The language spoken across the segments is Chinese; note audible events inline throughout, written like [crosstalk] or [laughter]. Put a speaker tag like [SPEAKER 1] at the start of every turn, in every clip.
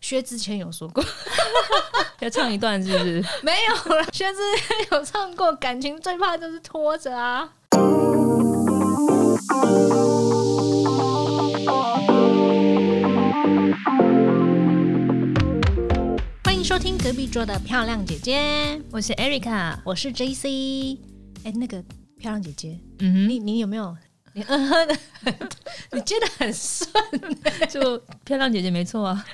[SPEAKER 1] 薛之谦有说过，
[SPEAKER 2] 要唱一段是不是？
[SPEAKER 1] [laughs] 没有了。薛之谦有唱过，感情最怕就是拖着啊。 [laughs] 欢迎收听隔壁桌的漂亮姐姐，
[SPEAKER 2] 我是 Erica，
[SPEAKER 1] 我是 J C。哎，那个漂亮姐姐，
[SPEAKER 2] 嗯
[SPEAKER 1] 你你有没有？你 [laughs] 嗯哼的，你接的很顺。
[SPEAKER 2] 哼，就漂亮姐姐没错啊。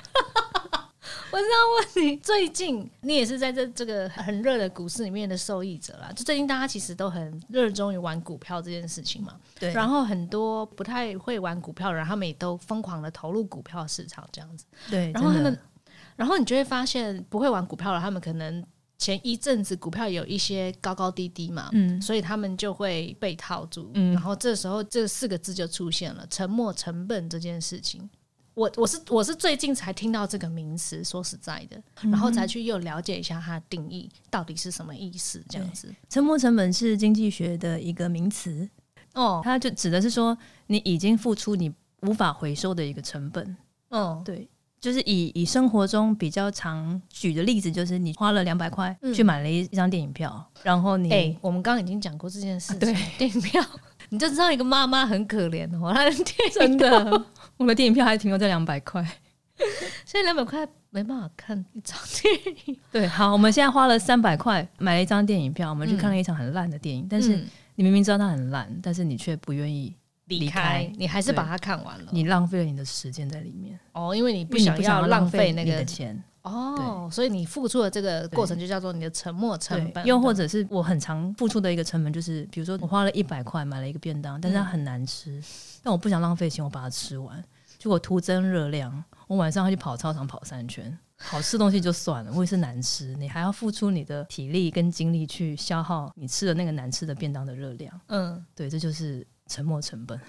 [SPEAKER 1] 我是要问你，最近你也是在这这个很热的股市里面的受益者啦。就最近大家其实都很热衷于玩股票这件事情嘛，
[SPEAKER 2] 对
[SPEAKER 1] 然后很多不太会玩股票的人，他们也都疯狂的投入股票市场这样子。
[SPEAKER 2] 对，
[SPEAKER 1] 然后他
[SPEAKER 2] 真的
[SPEAKER 1] 们，然后你就会发现，不会玩股票了，他们可能前一阵子股票有一些高高低低嘛，
[SPEAKER 2] 嗯
[SPEAKER 1] 所以他们就会被套住。
[SPEAKER 2] 嗯
[SPEAKER 1] 然后这时候这四个字就出现了：沉没成本这件事情。我我是我是最近才听到这个名词，说实在的，
[SPEAKER 2] 嗯
[SPEAKER 1] 然后才去又了解一下它的定义到底是什么意思，这样子。
[SPEAKER 2] 沉没成本是经济学的一个名词，
[SPEAKER 1] 哦，
[SPEAKER 2] 它就指的是说你已经付出你无法回收的一个成本。
[SPEAKER 1] 嗯，
[SPEAKER 2] 对，就是以以生活中比较常举的例子，就是你花了两百块
[SPEAKER 1] 嗯
[SPEAKER 2] 去买了一张电影票，然后你、
[SPEAKER 1] 哎、我们刚刚已经讲过这件事情，
[SPEAKER 2] 啊
[SPEAKER 1] 电
[SPEAKER 2] 对
[SPEAKER 1] 影票，你就知道一个妈妈很可怜哦，她的电影
[SPEAKER 2] 真的， [laughs] 我的电影票还停留在两百块。
[SPEAKER 1] 现在两百块没办法看一场电影，
[SPEAKER 2] 对，好，我们现在花了三百块买了一张电影票，我们去看了一场很烂的电影，但是
[SPEAKER 1] 嗯
[SPEAKER 2] 你明明知道它很烂，但是你却不愿意，
[SPEAKER 1] 离
[SPEAKER 2] 开
[SPEAKER 1] 开你还是把它看完了。
[SPEAKER 2] 你浪费了你的时间在里面，
[SPEAKER 1] 哦，因为你不
[SPEAKER 2] 因为你
[SPEAKER 1] 想
[SPEAKER 2] 不
[SPEAKER 1] 要
[SPEAKER 2] 要
[SPEAKER 1] 浪
[SPEAKER 2] 费
[SPEAKER 1] 费那
[SPEAKER 2] 你的
[SPEAKER 1] 个
[SPEAKER 2] 钱，
[SPEAKER 1] 哦，所以你付出的这个过程就叫做你的沉没成
[SPEAKER 2] 对
[SPEAKER 1] 本，，
[SPEAKER 2] 又或者是我很常付出的一个成本，就是比如说我花了一百块买了一个便当，但是它
[SPEAKER 1] 嗯
[SPEAKER 2] 很难吃，但我不想浪费钱，我把它吃完，结果徒增热量，我晚上要去跑操场跑三圈。好吃的东西就算了，我也是难吃，你还要付出你的体力跟精力去消耗你吃的那个难吃的便当的热量。
[SPEAKER 1] 嗯，
[SPEAKER 2] 对，这就是沉没成本。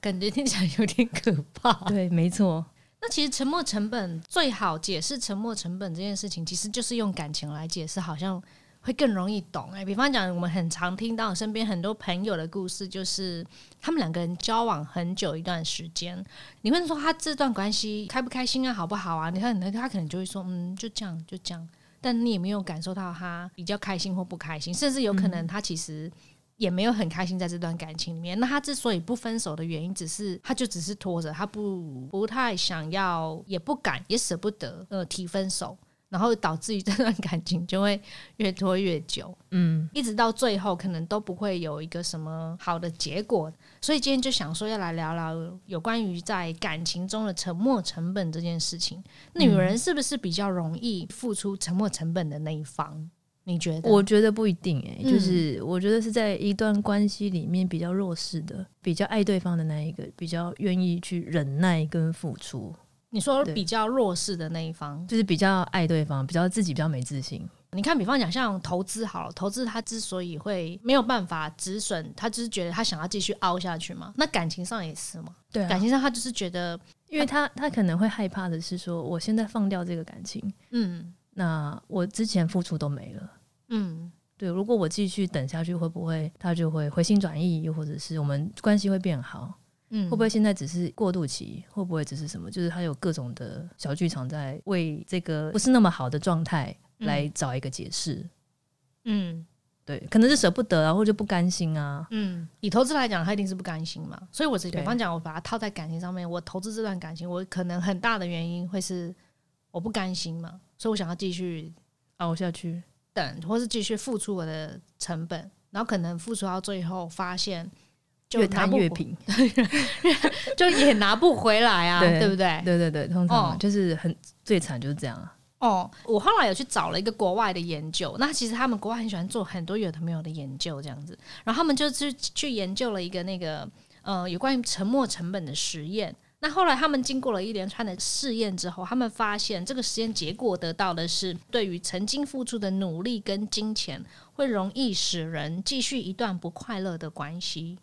[SPEAKER 1] 感觉听起来有点可怕。
[SPEAKER 2] [laughs] 对，没错，
[SPEAKER 1] 那其实沉没成本最好解释沉没成本这件事情，其实就是用感情来解释，好像会更容易懂。哎，比方讲，我们很常听到身边很多朋友的故事，就是他们两个人交往很久一段时间，你问说他这段关系开不开心啊，好不好啊？你看，那他可能就会说，嗯，就这样，就这样。但你也没有感受到他比较开心或不开心，甚至有可能他其实也没有很开心在这段感情里面。那他之所以不分手的原因，只是他就只是拖着，他不不太想要，也不敢，也舍不得，呃，提分手，然后导致于这段感情就会越拖越久，
[SPEAKER 2] 嗯，
[SPEAKER 1] 一直到最后可能都不会有一个什么好的结果。所以今天就想说要来聊聊有关于在感情中的沉没成本这件事情。
[SPEAKER 2] 嗯
[SPEAKER 1] 女人是不是比较容易付出沉没成本的那一方？你觉得？
[SPEAKER 2] 我觉得不一定诶、
[SPEAKER 1] 嗯
[SPEAKER 2] 就是我觉得是在一段关系里面比较弱势的、比较爱对方的那一个，比较愿意去忍耐跟付出，
[SPEAKER 1] 你说
[SPEAKER 2] 对
[SPEAKER 1] 比较弱势的那一方，
[SPEAKER 2] 就是比较爱对方，比较自己比较没自信。
[SPEAKER 1] 你看，比方讲像投资好了，投资他之所以会没有办法止损，他就是觉得他想要继续凹下去嘛。那感情上也是嘛，
[SPEAKER 2] 对啊
[SPEAKER 1] 感情上他就是觉得，
[SPEAKER 2] 因为他他可能会害怕的是说，我现在放掉这个感情，
[SPEAKER 1] 嗯
[SPEAKER 2] 那我之前付出都没了。
[SPEAKER 1] 嗯
[SPEAKER 2] 对，如果我继续等下去，会不会他就会回心转意，又或者是我们关系会变好？
[SPEAKER 1] 嗯，
[SPEAKER 2] 会不会现在只是过渡期？会不会只是什么？就是他有各种的小剧场在为这个不是那么好的状态
[SPEAKER 1] 嗯
[SPEAKER 2] 来找一个解释。
[SPEAKER 1] 嗯
[SPEAKER 2] 对，可能是舍不得啊，或者就不甘心啊。
[SPEAKER 1] 嗯，以投资来讲，他一定是不甘心嘛。所以我只比
[SPEAKER 2] 对
[SPEAKER 1] 方讲，我把它套在感情上面，我投资这段感情，我可能很大的原因会是我不甘心嘛，所以我想要继续
[SPEAKER 2] 熬下去，
[SPEAKER 1] 等，或是继续付出我的成本，然后可能付出到最后发现就
[SPEAKER 2] 越
[SPEAKER 1] 拿
[SPEAKER 2] 贪
[SPEAKER 1] 不
[SPEAKER 2] 越
[SPEAKER 1] 回，
[SPEAKER 2] 平。
[SPEAKER 1] 就也拿不回来啊，
[SPEAKER 2] 对
[SPEAKER 1] 对不对？
[SPEAKER 2] 对对对，通常、
[SPEAKER 1] 哦
[SPEAKER 2] 就是很最惨就是这样啊。
[SPEAKER 1] 哦，我后来有去找了一个国外的研究，那其实他们国外很喜欢做很多有的没有的研究这样子，然后他们就去去研究了一个那个呃有关于沉没成本的实验。那后来他们经过了一连串的试验之后，他们发现这个实验结果得到的是，对于曾经付出的努力跟金钱，会容易使人继续一段不快乐的关系，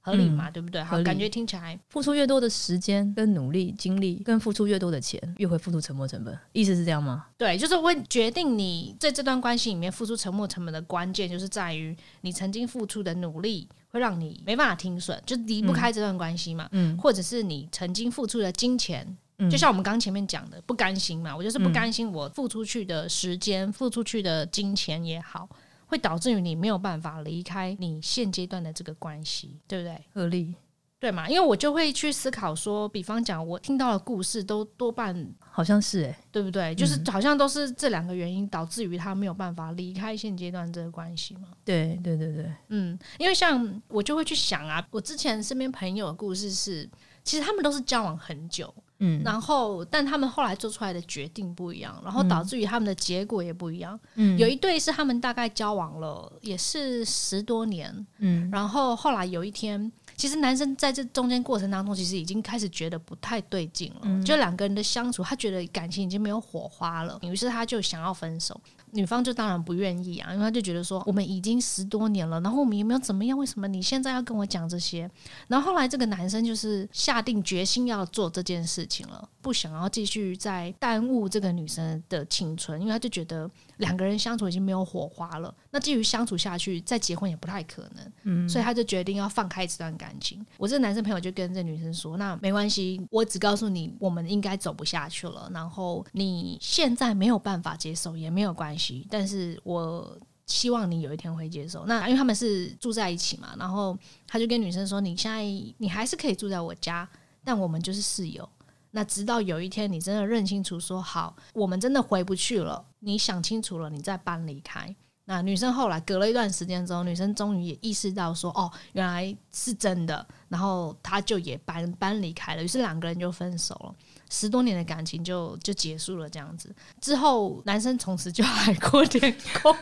[SPEAKER 1] 合理嘛？对不对？
[SPEAKER 2] 嗯合
[SPEAKER 1] 好，
[SPEAKER 2] 理
[SPEAKER 1] 感觉听起来
[SPEAKER 2] 付出越多的时间、跟努力、精力，跟付出越多的钱，越会付出沉没成本。意思是这样吗？
[SPEAKER 1] 对，就是会决定你在这段关系里面付出沉没成本的关键，就是在于你曾经付出的努力会让你没办法停损，就离不开这段关系嘛。
[SPEAKER 2] 嗯
[SPEAKER 1] 或者是你曾经付出的金钱，
[SPEAKER 2] 嗯
[SPEAKER 1] 就像我们刚前面讲的，不甘心嘛，我就是不甘心，我付出去的时间、付出去的金钱也好，会导致于你没有办法离开你现阶段的这个关系，对不对？
[SPEAKER 2] 合理，
[SPEAKER 1] 对嘛？因为我就会去思考说，比方讲，我听到的故事都多半
[SPEAKER 2] 好像是哎、
[SPEAKER 1] 对不对？就是好像都是这两个原因导致于他没有办法离开现阶段这个关系嘛。
[SPEAKER 2] 对对对对，
[SPEAKER 1] 嗯，因为像我就会去想啊，我之前身边朋友的故事是，其实他们都是交往很久，
[SPEAKER 2] 嗯
[SPEAKER 1] 然后但他们后来做出来的决定不一样，然后导致于他们的结果也不一样。
[SPEAKER 2] 嗯
[SPEAKER 1] 有一对是他们大概交往了也是十多年，
[SPEAKER 2] 嗯
[SPEAKER 1] 然后后来有一天，其实男生在这中间过程当中，其实已经开始觉得不太对劲了，
[SPEAKER 2] 嗯
[SPEAKER 1] 就两个人的相处，他觉得感情已经没有火花了，于是他就想要分手。女方就当然不愿意啊，因为他就觉得说我们已经十多年了，然后我们也没有怎么样，为什么你现在要跟我讲这些？然后后来这个男生就是下定决心要做这件事情了，不想要继续再耽误这个女生的青春，因为他就觉得两个人相处已经没有火花了，那继续相处下去再结婚也不太可能。所以他就决定要放开这段感情。我这个男生朋友就跟这女生说：“那没关系，我只告诉你，我们应该走不下去了。然后你现在没有办法接受也没有关系，但是我希望你有一天会接受。那因为他们是住在一起嘛，然后他就跟女生说：你现在你还是可以住在我家，但我们就是室友。”那直到有一天你真的认清楚说好，我们真的回不去了，你想清楚了，你再搬离开。那女生后来隔了一段时间之后，女生终于也意识到说，哦，原来是真的，然后她就也搬搬离开了，于是两个人就分手了，十多年的感情就就结束了这样子。之后男生从此就海阔天空，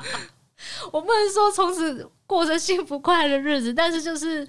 [SPEAKER 1] [laughs] 我不能说从此过着幸福快乐的日子，但是就是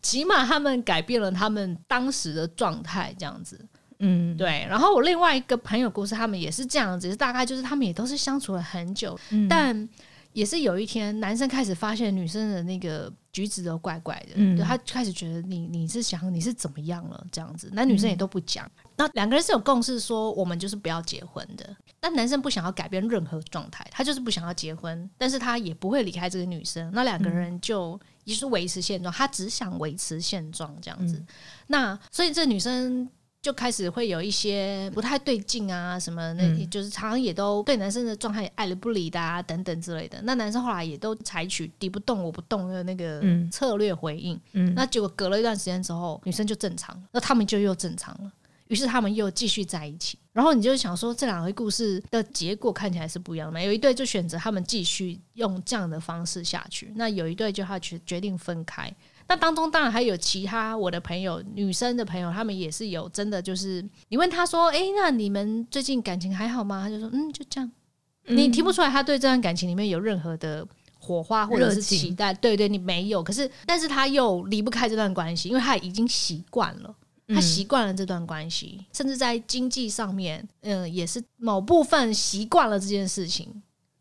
[SPEAKER 1] 起码他们改变了他们当时的状态这样子。
[SPEAKER 2] 嗯，
[SPEAKER 1] 对，然后我另外一个朋友故事，他们也是这样子，只是大概就是他们也都是相处了很久，
[SPEAKER 2] 嗯
[SPEAKER 1] 但也是有一天，男生开始发现女生的那个举止都怪怪的，
[SPEAKER 2] 嗯
[SPEAKER 1] 对他开始觉得你你是想你是怎么样了这样子，那女生也都不讲，
[SPEAKER 2] 嗯
[SPEAKER 1] 那两个人是有共识说我们就是不要结婚的，但男生不想要改变任何状态，他就是不想要结婚，但是他也不会离开这个女生，那两个人就。也是维持现状，他只想维持现状这样子。
[SPEAKER 2] 嗯
[SPEAKER 1] 那所以这女生就开始会有一些不太对劲啊，什么那、
[SPEAKER 2] 嗯
[SPEAKER 1] 就是常常也都对男生的状态也爱理不理的啊，等等之类的。那男生后来也都采取敌不动我不动的那个
[SPEAKER 2] 嗯
[SPEAKER 1] 策略回应，
[SPEAKER 2] 嗯
[SPEAKER 1] 那结果隔了一段时间之后，女生就正常了，那他们就又正常了。于是他们又继续在一起，然后你就想说，这两个故事的结果看起来是不一样的。有一对就选择他们继续用这样的方式下去，那有一对就他决决定分开。那当中当然还有其他我的朋友，女生的朋友，他们也是有真的就是，你问他说，诶，那你们最近感情还好吗？他就说，嗯，就这样。嗯你听
[SPEAKER 2] 嗯
[SPEAKER 1] 不出来他对这段感情里面有任何的火花或者
[SPEAKER 2] 热
[SPEAKER 1] 是
[SPEAKER 2] 情
[SPEAKER 1] 期待，对对，你没有。可是，但是他又离不开这段关系，因为他已经习惯了。他
[SPEAKER 2] 嗯
[SPEAKER 1] 习惯了这段关系，甚至在经济上面，嗯、也是某部分习惯了这件事情，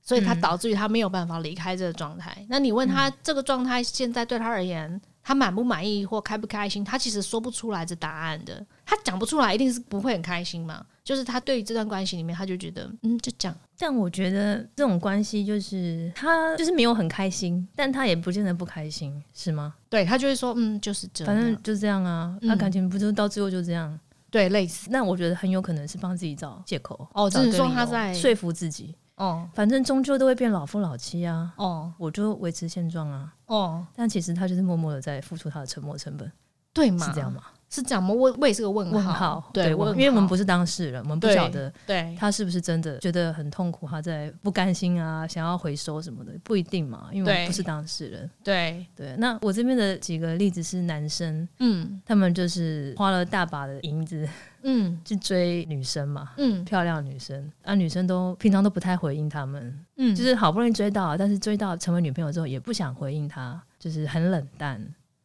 [SPEAKER 1] 所以他
[SPEAKER 2] 嗯
[SPEAKER 1] 导致于他没有办法离开这个状态。那你问他这个状态现在对他而言，他满不满意或开不开心，他其实说不出来这答案的。他讲不出来，一定是不会很开心嘛。就是他对于这段关系里面，他就觉得，嗯，就这样，
[SPEAKER 2] 但我觉得这种关系就是他就是没有很开心，但他也不见得不开心，是吗？
[SPEAKER 1] 对他就会说，嗯，就是这样，
[SPEAKER 2] 反正就这样啊，那、
[SPEAKER 1] 嗯
[SPEAKER 2] 感情不就到最后就这样？
[SPEAKER 1] 对类似，
[SPEAKER 2] 那我觉得很有可能是帮自己找借口
[SPEAKER 1] 哦
[SPEAKER 2] 找
[SPEAKER 1] 只是
[SPEAKER 2] 对
[SPEAKER 1] 说
[SPEAKER 2] 理
[SPEAKER 1] 他
[SPEAKER 2] 由
[SPEAKER 1] 在
[SPEAKER 2] 说服自己，
[SPEAKER 1] 哦
[SPEAKER 2] 反正终究都会变老夫老妻啊，
[SPEAKER 1] 哦
[SPEAKER 2] 我就维持现状啊。
[SPEAKER 1] 哦，
[SPEAKER 2] 但其实他就是默默的在付出他的沉没成本，
[SPEAKER 1] 对嘛？
[SPEAKER 2] 是这样？吗？
[SPEAKER 1] 是这样吗？我我也是个问号，
[SPEAKER 2] 问号，
[SPEAKER 1] 对，
[SPEAKER 2] 我
[SPEAKER 1] 问
[SPEAKER 2] 因为我们
[SPEAKER 1] 号
[SPEAKER 2] 不是当事人，我们不
[SPEAKER 1] 对
[SPEAKER 2] 晓得
[SPEAKER 1] 对
[SPEAKER 2] 他是不是真的觉得很痛苦，他在不甘心啊，想要回收什么的，不一定嘛，因为我们
[SPEAKER 1] 对
[SPEAKER 2] 不是当事人。
[SPEAKER 1] 对，
[SPEAKER 2] 对，那我这边的几个例子是男生，
[SPEAKER 1] 嗯。
[SPEAKER 2] 他们就是花了大把的银子
[SPEAKER 1] 嗯
[SPEAKER 2] 去追女生嘛，
[SPEAKER 1] 嗯
[SPEAKER 2] 漂亮女生，啊，女生都平常都不太回应他们，
[SPEAKER 1] 嗯，
[SPEAKER 2] 就是好不容易追到，但是追到成为女朋友之后也不想回应他，就是很冷淡。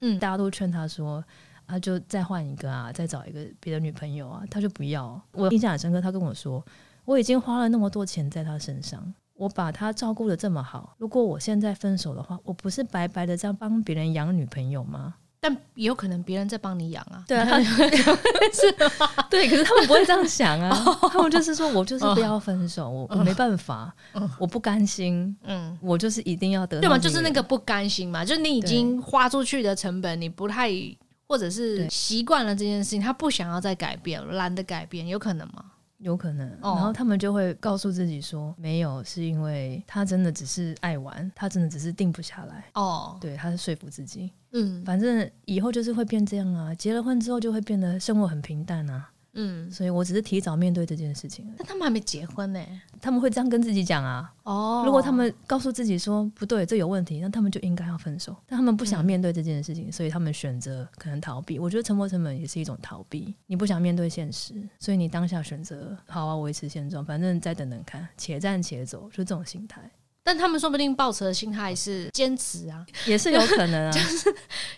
[SPEAKER 1] 嗯
[SPEAKER 2] 大家都劝他说。啊，就再换一个啊，再找一个别的女朋友啊，他就不要。我印象很深刻，他跟我说，我已经花了那么多钱在他身上，我把他照顾的这么好，如果我现在分手的话，我不是白白的这样帮别人养女朋友吗？
[SPEAKER 1] 但也有可能别人在帮你养啊。
[SPEAKER 2] [laughs] 对啊，他是 [laughs] 对，可是他们不会这样想啊， [laughs] 他们就是说我就是不要分手，我我没办法，我不甘心，
[SPEAKER 1] 嗯，
[SPEAKER 2] 我哦就是一定要得到
[SPEAKER 1] 对嘛，
[SPEAKER 2] 你
[SPEAKER 1] 就是那个不甘心嘛，就是你已经花出去的成本，你不太或者是
[SPEAKER 2] 对
[SPEAKER 1] 习惯了这件事情，他不想要再改变，懒得改变，有可能吗？
[SPEAKER 2] 有可能，
[SPEAKER 1] 哦
[SPEAKER 2] 然后他们就会告诉自己说，没有，是因为他真的只是爱玩，他真的只是定不下来。
[SPEAKER 1] 哦，
[SPEAKER 2] 对，他是说服自己，
[SPEAKER 1] 嗯
[SPEAKER 2] 反正以后就是会变这样啊。结了婚之后就会变得生活很平淡啊，
[SPEAKER 1] 嗯，
[SPEAKER 2] 所以我只是提早面对这件事情而
[SPEAKER 1] 但他们还没结婚呢、
[SPEAKER 2] 已。他们会这样跟自己讲啊。
[SPEAKER 1] 哦，
[SPEAKER 2] 如果他们告诉自己说不对，这有问题，那他们就应该要分手。但他们不想面对这件事情，所以他们选择可能逃避。我觉得沉没成本也是一种逃避，你不想面对现实，所以你当下选择好啊，维持现状，反正再等等看，且战且走，就这种心态
[SPEAKER 1] 但他们说不定抱持的心态是坚持啊， [laughs]
[SPEAKER 2] 也是有可 [laughs] 能啊。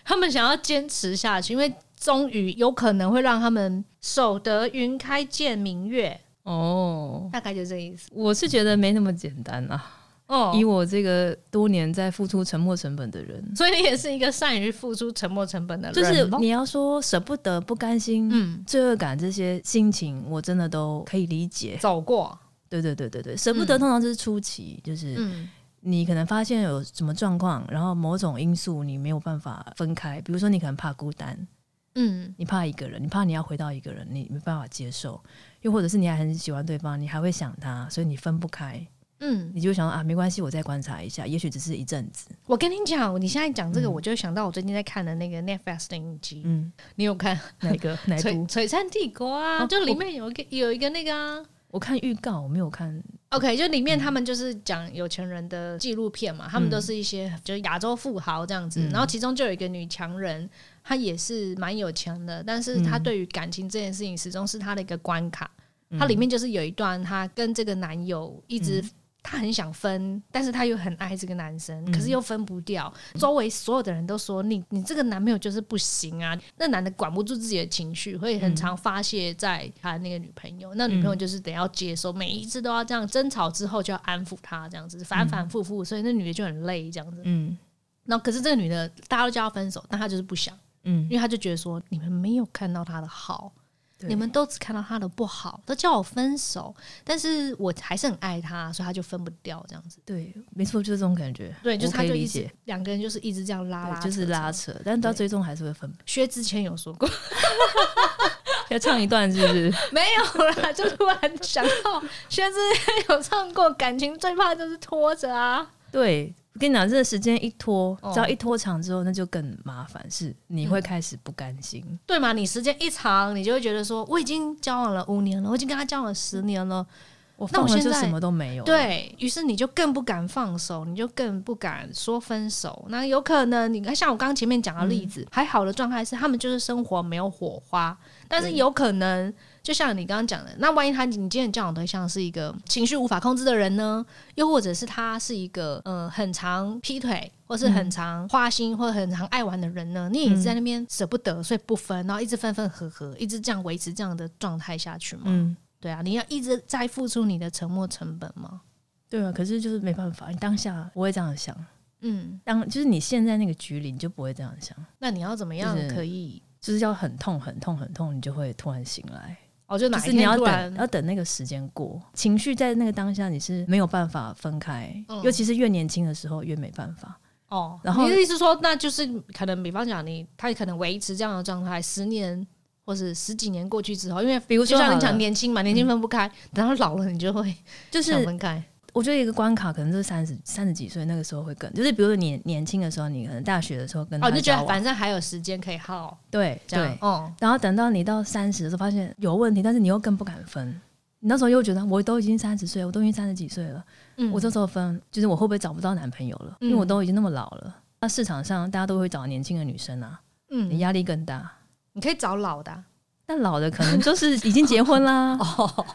[SPEAKER 1] 他们想要坚持下去，因为终于有可能会让他们守得云开见明月，
[SPEAKER 2] 哦，
[SPEAKER 1] 大概就这意思。
[SPEAKER 2] 我是觉得没那么简单啊。
[SPEAKER 1] 哦
[SPEAKER 2] 以我这个多年在付出沉没成本的人，
[SPEAKER 1] 所以你也是一个善于付出沉没成本的人，
[SPEAKER 2] 就是你嗯要说舍不得、不甘心、
[SPEAKER 1] 嗯
[SPEAKER 2] 罪恶感这些心情，我真的都可以理解。
[SPEAKER 1] 走过，
[SPEAKER 2] 对对对对对，舍不得
[SPEAKER 1] 嗯
[SPEAKER 2] 通常就是初期，就是
[SPEAKER 1] 嗯
[SPEAKER 2] 你可能发现有什么状况，然后某种因素你没有办法分开，比如说你可能怕孤单，
[SPEAKER 1] 嗯
[SPEAKER 2] 你怕一个人，你怕你要回到一个人，你没办法接受，又或者是你还很喜欢对方，你还会想他，所以你分不开，
[SPEAKER 1] 嗯。
[SPEAKER 2] 你就想说啊，没关系，我再观察一下，也许只是一阵子，
[SPEAKER 1] 我跟你讲，你现在讲这个，
[SPEAKER 2] 嗯
[SPEAKER 1] 我就想到我最近在看的那个 Netflix 的影集，
[SPEAKER 2] 嗯，
[SPEAKER 1] 你有看
[SPEAKER 2] 哪
[SPEAKER 1] [laughs]
[SPEAKER 2] 一个哪一
[SPEAKER 1] 璀
[SPEAKER 2] 部？
[SPEAKER 1] 璀璨帝国》啊？
[SPEAKER 2] 哦
[SPEAKER 1] 就里
[SPEAKER 2] 我
[SPEAKER 1] 面有一个有一个那个啊。
[SPEAKER 2] 我看预告，我没有看，
[SPEAKER 1] OK，就里面他们就是讲有钱人的纪录片嘛，他们都是一些就是亚洲富豪这样子，
[SPEAKER 2] 嗯
[SPEAKER 1] 然后其中就有一个女强人，她也是蛮有钱的，但是她
[SPEAKER 2] 嗯
[SPEAKER 1] 对于感情这件事情始终是她的一个关卡。她里面就是有一段她跟这个男友一直、她很想分，但是她又很爱这个男生，可是又分不掉。周围所有的人都说你你这个男朋友就是不行啊！那男的管不住自己的情绪，会
[SPEAKER 2] 嗯
[SPEAKER 1] 很常发泄在他那个女朋友。那女朋友就是得要接受，每一次都要这样争吵之后就要安抚他，这样子反反复复，所以那女的就很累这样子。
[SPEAKER 2] 嗯
[SPEAKER 1] 那可是这个女的大家都叫她分手，但她就是不想，
[SPEAKER 2] 嗯
[SPEAKER 1] 因为她就觉得说你们没有看到她的好。
[SPEAKER 2] 对
[SPEAKER 1] 你们都只看到他的不好，都叫我分手，但是我还是很爱他，所以他就分不掉这样子。
[SPEAKER 2] 对，没错，就是这种感觉，
[SPEAKER 1] 对，就是
[SPEAKER 2] 我
[SPEAKER 1] 他
[SPEAKER 2] 可以
[SPEAKER 1] 就
[SPEAKER 2] 理
[SPEAKER 1] 一直
[SPEAKER 2] 解，
[SPEAKER 1] 两个人就是一直这样拉拉扯
[SPEAKER 2] 对
[SPEAKER 1] 扯，
[SPEAKER 2] 就是拉扯，但到
[SPEAKER 1] 对
[SPEAKER 2] 最终还是会分，
[SPEAKER 1] 薛之谦有说过
[SPEAKER 2] 要唱一段是不是？
[SPEAKER 1] [laughs] 没有啦，就突然想到薛之谦有唱过，感情最怕就是拖着啊。
[SPEAKER 2] 对，我跟你讲，这个时间一拖
[SPEAKER 1] 哦，
[SPEAKER 2] 只要一拖长之后，那就更麻烦，是你会开始不甘心。
[SPEAKER 1] 对嘛？你时间一长，你就会觉得说，我已经交往了五年了，我已经跟他交往十年了，
[SPEAKER 2] 我
[SPEAKER 1] 那我
[SPEAKER 2] 放了
[SPEAKER 1] 现
[SPEAKER 2] 就
[SPEAKER 1] 在
[SPEAKER 2] 什么都没有。，
[SPEAKER 1] 对于是，你就更不敢放手，你就更不敢说分手。那有可能，你看像我刚刚前面讲的例
[SPEAKER 2] 嗯
[SPEAKER 1] 子，还好的状态是他们就是生活没有火花，但是
[SPEAKER 2] 对
[SPEAKER 1] 有可能，就像你刚刚讲的，那万一他你今天交往对象是一个情绪无法控制的人呢？又或者是他是一个嗯、呃很常劈腿，或是很常花心，或者很常爱玩的人呢？你也是在那边舍不得，所以不分，然后一直分分合合，一直这样维持这样的状态下去嘛？
[SPEAKER 2] 嗯，
[SPEAKER 1] 对啊，你要一直在付出你的沉没成本吗？
[SPEAKER 2] 对啊。可是就是没办法，你当下不会这样想，
[SPEAKER 1] 嗯，
[SPEAKER 2] 当就是你现在那个局里，你就不会这样想，
[SPEAKER 1] 那你要怎么样
[SPEAKER 2] 就是
[SPEAKER 1] 可以？
[SPEAKER 2] 就是要很痛、很痛、很痛，你就会突然醒来。
[SPEAKER 1] 哦，就
[SPEAKER 2] 就
[SPEAKER 1] 哪
[SPEAKER 2] 是
[SPEAKER 1] 一
[SPEAKER 2] 你
[SPEAKER 1] 天
[SPEAKER 2] 要
[SPEAKER 1] 突
[SPEAKER 2] 等，呃
[SPEAKER 1] 然
[SPEAKER 2] 要等那个时间过，情绪在那个当下你是没有办法分开，
[SPEAKER 1] 嗯
[SPEAKER 2] 尤其是越年轻的时候越没办法。
[SPEAKER 1] 哦，
[SPEAKER 2] 然后
[SPEAKER 1] 你的意思说，那就是可能，比方讲你，他可能维持这样的状态十年或是十几年过去之后，因为
[SPEAKER 2] 比如
[SPEAKER 1] 就
[SPEAKER 2] 说好
[SPEAKER 1] 像你
[SPEAKER 2] 了
[SPEAKER 1] 讲年轻嘛，年轻分不开，等到老了你就会
[SPEAKER 2] 就是
[SPEAKER 1] 想分开。
[SPEAKER 2] 我觉得一个关卡可能就是三十三十几岁那个时候会更，就是比如说你年轻的时候，你可能大学的时候跟
[SPEAKER 1] 哦，
[SPEAKER 2] 他
[SPEAKER 1] 你就觉
[SPEAKER 2] 交
[SPEAKER 1] 得
[SPEAKER 2] 往，
[SPEAKER 1] 反正还有时间可以耗，
[SPEAKER 2] 对
[SPEAKER 1] 这样
[SPEAKER 2] 啊对，
[SPEAKER 1] 哦，
[SPEAKER 2] 然后等到你到三十的时候，发现有问题，但是你又更不敢分。你那时候又觉得我都已经三十岁，我都已经三十几岁了，
[SPEAKER 1] 嗯
[SPEAKER 2] 我这时候分，就是我会不会找不到男朋友了？因为
[SPEAKER 1] 嗯
[SPEAKER 2] 我都已经那么老了。那市场上大家都会找年轻的女生啊，
[SPEAKER 1] 嗯，
[SPEAKER 2] 你压力更大。
[SPEAKER 1] 你可以找老的啊、，
[SPEAKER 2] 但老的可能就是已经结婚啦
[SPEAKER 1] [laughs] 哦，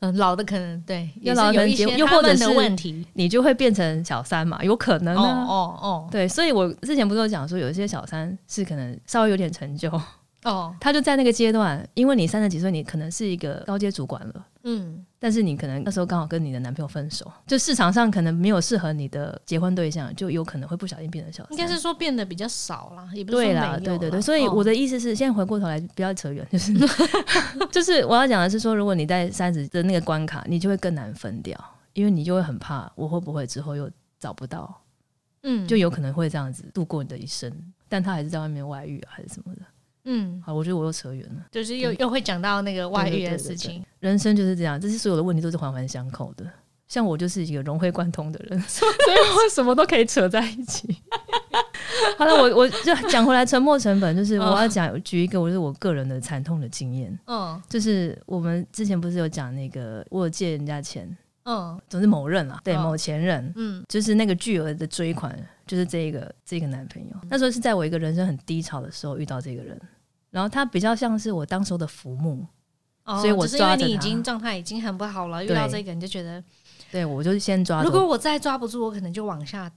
[SPEAKER 1] 嗯，老的可能
[SPEAKER 2] [laughs]
[SPEAKER 1] 对，也
[SPEAKER 2] 老
[SPEAKER 1] 是
[SPEAKER 2] 的
[SPEAKER 1] 有
[SPEAKER 2] 能
[SPEAKER 1] 一
[SPEAKER 2] 结
[SPEAKER 1] 些
[SPEAKER 2] 又
[SPEAKER 1] 他
[SPEAKER 2] 或者
[SPEAKER 1] 们的
[SPEAKER 2] 是
[SPEAKER 1] 问题。
[SPEAKER 2] 你就会变成小三嘛，有可能
[SPEAKER 1] 哦
[SPEAKER 2] 啊。
[SPEAKER 1] 哦
[SPEAKER 2] 对，所以我之前不是有讲说，有一些小三是可能稍微有点成就，
[SPEAKER 1] 哦哦，
[SPEAKER 2] 他就在那个阶段，因为你三十几岁，你可能是一个高阶主管了。
[SPEAKER 1] 嗯
[SPEAKER 2] 但是你可能那时候刚好跟你的男朋友分手，就市场上可能没有适合你的结婚对象，就有可能会不小心变成小三。
[SPEAKER 1] 应该是说变得比较少啦，也不是说
[SPEAKER 2] 对
[SPEAKER 1] 没
[SPEAKER 2] 啦，
[SPEAKER 1] 有
[SPEAKER 2] 对对对，
[SPEAKER 1] 啦
[SPEAKER 2] 所以
[SPEAKER 1] 哦
[SPEAKER 2] 我的意思是，现在回过头来，不要扯远，就是嗯就是我要讲的是说，如果你在三十的那个关卡，你就会更难分掉，因为你就会很怕我会不会之后又找不到，
[SPEAKER 1] 嗯
[SPEAKER 2] 就有可能会这样子度过你的一生，但他还是在外面外遇啊，还是什么的。
[SPEAKER 1] 嗯，
[SPEAKER 2] 好，我觉得我又扯远了。
[SPEAKER 1] 就是又又会讲到那个外遇的事情，
[SPEAKER 2] 人生就是这样，这些所有的问题都是环环相扣的。像我就是一个融会贯通的人， [laughs] 所以我什么都可以扯在一起。好了，我我就讲回来，沉没成本就是
[SPEAKER 1] 嗯
[SPEAKER 2] 我要讲举一个我是我个人的惨痛的经验，
[SPEAKER 1] 嗯
[SPEAKER 2] 就是我们之前不是有讲那个我有借人家钱，
[SPEAKER 1] 嗯
[SPEAKER 2] 总之某任啦，啊对
[SPEAKER 1] 嗯
[SPEAKER 2] 某前任，
[SPEAKER 1] 嗯
[SPEAKER 2] 就是那个巨额的追款，就是这个这个男朋友。那时候是在我一个人生很低潮的时候遇到这个人，然后他比较像是我当时候的浮木，
[SPEAKER 1] 哦，
[SPEAKER 2] 所以我
[SPEAKER 1] 只是因为
[SPEAKER 2] 抓着
[SPEAKER 1] 你已
[SPEAKER 2] 他
[SPEAKER 1] 经状态已经很不好了，遇到这个你就觉得，
[SPEAKER 2] 对我就是先抓
[SPEAKER 1] 如
[SPEAKER 2] 着
[SPEAKER 1] 果。我再抓不住，我可能就往下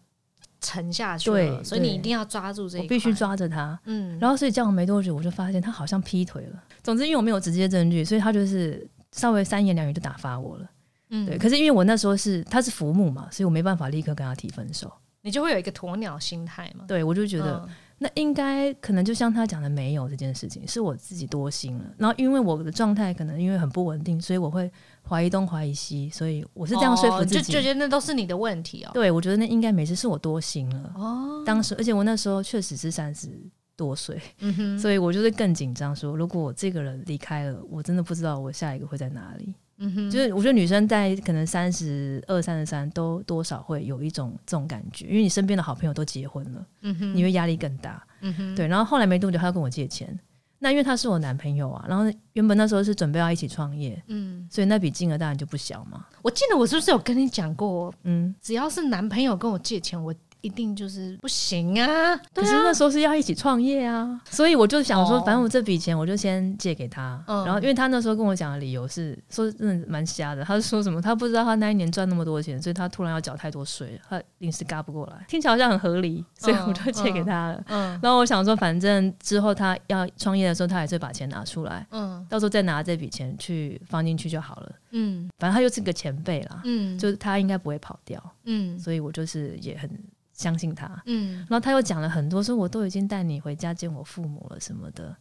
[SPEAKER 1] 沉下去
[SPEAKER 2] 对
[SPEAKER 1] 了。所以你
[SPEAKER 2] 对
[SPEAKER 1] 一定要抓住这一
[SPEAKER 2] 我
[SPEAKER 1] 块，
[SPEAKER 2] 必须。抓着他，
[SPEAKER 1] 嗯，
[SPEAKER 2] 然后所以这样没多久，我就发现他好像劈腿了。总之，因为我没有直接证据，所以他就是稍微三言两语就打发我了。
[SPEAKER 1] 嗯，
[SPEAKER 2] 对，可是因为我那时候是他是浮木嘛，所以我没办法立刻跟他提分手。
[SPEAKER 1] 你就会有一个鸵鸟心态嘛，
[SPEAKER 2] 对我就觉得、
[SPEAKER 1] 嗯
[SPEAKER 2] 那应该可能就像他讲的，没有这件事情是我自己多心了。然后因为我的状态可能因为很不稳定，所以我会怀疑东怀疑西，所以我是这样说服
[SPEAKER 1] 哦
[SPEAKER 2] 自
[SPEAKER 1] 就
[SPEAKER 2] 己。
[SPEAKER 1] 就觉得那都是你的问题哦。
[SPEAKER 2] 对，我觉得那应该没事，是我多心了。
[SPEAKER 1] 哦，
[SPEAKER 2] 当时，而且我那时候确实是三十多岁，
[SPEAKER 1] 嗯哼，
[SPEAKER 2] 所以我就是更紧张说，如果我这个人离开了，我真的不知道我下一个会在哪里。
[SPEAKER 1] 嗯哼，
[SPEAKER 2] 就是我觉得女生在可能三十二、三十三都多少会有一种这种感觉，因为你身边的好朋友都结婚了，
[SPEAKER 1] 嗯哼，
[SPEAKER 2] 你会压力更大。
[SPEAKER 1] 嗯哼，
[SPEAKER 2] 对，然后后来没多久，他跟我借钱。那因为他是我男朋友啊，然后原本那时候是准备要一起创业，
[SPEAKER 1] 嗯，
[SPEAKER 2] 所以那笔金额当然就不小嘛。
[SPEAKER 1] 我记得我是不是有跟你讲过，
[SPEAKER 2] 嗯，
[SPEAKER 1] 只要是男朋友跟我借钱，我一定就是不行啊。
[SPEAKER 2] 可
[SPEAKER 1] 对
[SPEAKER 2] 是
[SPEAKER 1] 啊，
[SPEAKER 2] 那时候是要一起创业啊，所以我就想说，
[SPEAKER 1] 哦
[SPEAKER 2] 反正我这笔钱我就先借给他。
[SPEAKER 1] 嗯
[SPEAKER 2] 然后因为他那时候跟我讲的理由是说，真的蛮瞎的，他是说什么他不知道他那一年赚那么多钱，所以他突然要缴太多税了，他临时嘎不过来，听起来好像很合理，所以
[SPEAKER 1] 嗯
[SPEAKER 2] 我就借给他了。
[SPEAKER 1] 嗯
[SPEAKER 2] 然后我想说，反正之后他要创业的时候，他还是会把钱拿出来。
[SPEAKER 1] 嗯
[SPEAKER 2] 到时候再拿这笔钱去放进去就好了。
[SPEAKER 1] 嗯
[SPEAKER 2] 反正他又是个前辈啦，
[SPEAKER 1] 嗯，
[SPEAKER 2] 就是他应该不会跑掉，
[SPEAKER 1] 嗯
[SPEAKER 2] 所以我就是也很相信他。
[SPEAKER 1] 嗯，
[SPEAKER 2] 然后他又讲了很多，说我都已经带你回家见我父母了什么的，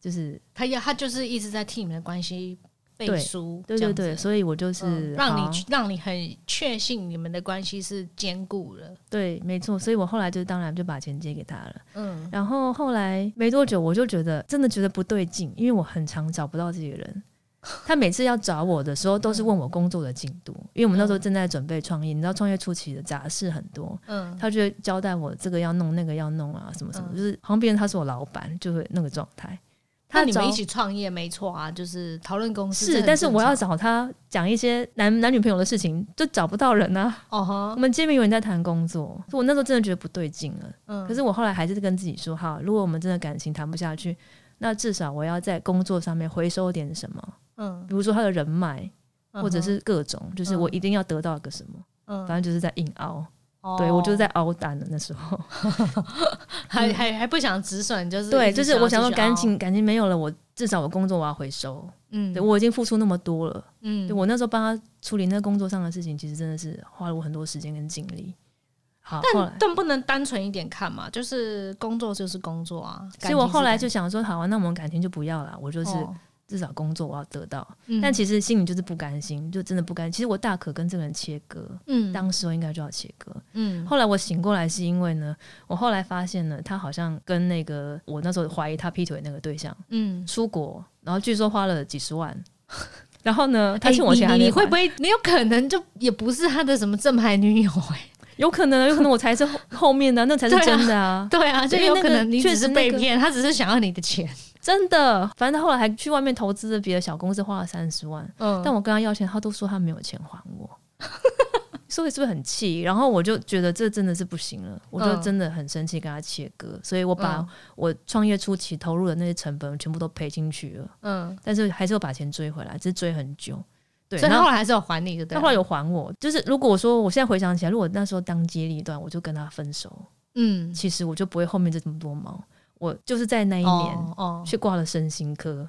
[SPEAKER 2] 就是
[SPEAKER 1] 他要他就是一直在替你们的关系背
[SPEAKER 2] 对
[SPEAKER 1] 书，
[SPEAKER 2] 对
[SPEAKER 1] 这
[SPEAKER 2] 对
[SPEAKER 1] 样子
[SPEAKER 2] 对，所以我就是、
[SPEAKER 1] 嗯让
[SPEAKER 2] 好
[SPEAKER 1] 你让你很确信你们的关系是坚固了。
[SPEAKER 2] 对，没错，所以我后来就当然就把钱借给他了。
[SPEAKER 1] 嗯
[SPEAKER 2] 然后后来没多久，我就觉得真的觉得不对劲，因为我很常找不到这个
[SPEAKER 1] [laughs]
[SPEAKER 2] 人。他每次要找我的时候，都是问我工作的进度，
[SPEAKER 1] 嗯
[SPEAKER 2] 因为我们那时候正在准备创业，你知道创业初期的杂事很多，
[SPEAKER 1] 嗯
[SPEAKER 2] 他就会交代我这个要弄，那个要弄啊，什么什么，
[SPEAKER 1] 嗯
[SPEAKER 2] 就是好像别人他是我老板，就会那个状态。
[SPEAKER 1] 那你们
[SPEAKER 2] 找
[SPEAKER 1] 一起创业没错啊，就是讨论公司这
[SPEAKER 2] 是，
[SPEAKER 1] 很
[SPEAKER 2] 但是
[SPEAKER 1] 正
[SPEAKER 2] 我要
[SPEAKER 1] 常
[SPEAKER 2] 找他讲一些男男女朋友的事情，就找不到人啊。
[SPEAKER 1] 哦
[SPEAKER 2] 我
[SPEAKER 1] 哈，
[SPEAKER 2] 们见面有人在谈工作，所以我那时候真的觉得不对劲了。
[SPEAKER 1] 嗯，
[SPEAKER 2] 可是我后来还是跟自己说，好，如果我们真的感情谈不下去，那至少我要在工作上面回收点什么，
[SPEAKER 1] 嗯，
[SPEAKER 2] 比如说他的人脉，
[SPEAKER 1] 嗯
[SPEAKER 2] 或者
[SPEAKER 1] 哼
[SPEAKER 2] 是各种，就是我一定要得到个什么，
[SPEAKER 1] 嗯
[SPEAKER 2] 反正就是在硬凹。
[SPEAKER 1] 哦
[SPEAKER 2] 对我就是在熬单的那时候。
[SPEAKER 1] 还还还不想止损，就是
[SPEAKER 2] 对，
[SPEAKER 1] 一直
[SPEAKER 2] 就是我想
[SPEAKER 1] 要
[SPEAKER 2] 说，
[SPEAKER 1] 继续
[SPEAKER 2] 感
[SPEAKER 1] 熬，
[SPEAKER 2] 情感情没有了，我至少我工作我要回收。
[SPEAKER 1] 嗯
[SPEAKER 2] 对我已经付出那么多了，
[SPEAKER 1] 嗯
[SPEAKER 2] 对我那时候帮他处理那个工作上的事情，其实真的是花了我很多时间跟精力。好，后来，
[SPEAKER 1] 但不能单纯一点看嘛，就是工作就是工作啊。
[SPEAKER 2] 所以我后来
[SPEAKER 1] 感情
[SPEAKER 2] 就是想说，好啊，那我们感情就不要了，我就是
[SPEAKER 1] 感哦
[SPEAKER 2] 至少工作我要得到。
[SPEAKER 1] 嗯
[SPEAKER 2] 但其实心里就是不甘心，就真的不甘。其实我大可跟这个人切割，
[SPEAKER 1] 嗯
[SPEAKER 2] 当时我应该就要切割。
[SPEAKER 1] 嗯
[SPEAKER 2] 后来我醒过来是因为呢，我后来发现呢，他好像跟那个我那时候怀疑他劈腿那个对象
[SPEAKER 1] 嗯，
[SPEAKER 2] 出国，然后据说花了几十万。 [laughs] 然后呢，他
[SPEAKER 1] 哎
[SPEAKER 2] 欠我
[SPEAKER 1] 你
[SPEAKER 2] 钱还
[SPEAKER 1] 你
[SPEAKER 2] 没
[SPEAKER 1] 你
[SPEAKER 2] 还
[SPEAKER 1] 会不会？你有可能就也不是他的什么正牌女友哎， [laughs]
[SPEAKER 2] 有可能啊，有可能我才是后 [laughs] 后面的啊，那才是
[SPEAKER 1] 对啊
[SPEAKER 2] 真的啊，
[SPEAKER 1] 对啊，就
[SPEAKER 2] 因为
[SPEAKER 1] 有
[SPEAKER 2] 那
[SPEAKER 1] 可
[SPEAKER 2] 个
[SPEAKER 1] 能你
[SPEAKER 2] 确
[SPEAKER 1] 只
[SPEAKER 2] 实
[SPEAKER 1] 是
[SPEAKER 2] 那
[SPEAKER 1] 被
[SPEAKER 2] 个
[SPEAKER 1] 骗，他只是想要你的钱。
[SPEAKER 2] 真的。反正他后来还去外面投资了别的小公司，花了三十万。
[SPEAKER 1] 嗯，
[SPEAKER 2] 但我跟他要钱，他都说他没有钱还我， [laughs] 所以是不是很气？然后我就觉得这真的是不行了，我就
[SPEAKER 1] 嗯
[SPEAKER 2] 真的很生气，跟他切割，所以我把
[SPEAKER 1] 嗯
[SPEAKER 2] 我创业初期投入的那些成本全部都赔进去了，
[SPEAKER 1] 嗯，
[SPEAKER 2] 但是还是有把钱追回来，只是追很久。对，
[SPEAKER 1] 所以
[SPEAKER 2] 然
[SPEAKER 1] 他
[SPEAKER 2] 后
[SPEAKER 1] 后来还是有还你，就对
[SPEAKER 2] 他
[SPEAKER 1] 了。
[SPEAKER 2] 后来有还我，就是如果我说我现在回想起来，如果那时候当机立断，我就跟他分手，
[SPEAKER 1] 嗯，
[SPEAKER 2] 其实我就不会后面这么多毛。我就是在那一年
[SPEAKER 1] 哦哦
[SPEAKER 2] 去挂了身心科，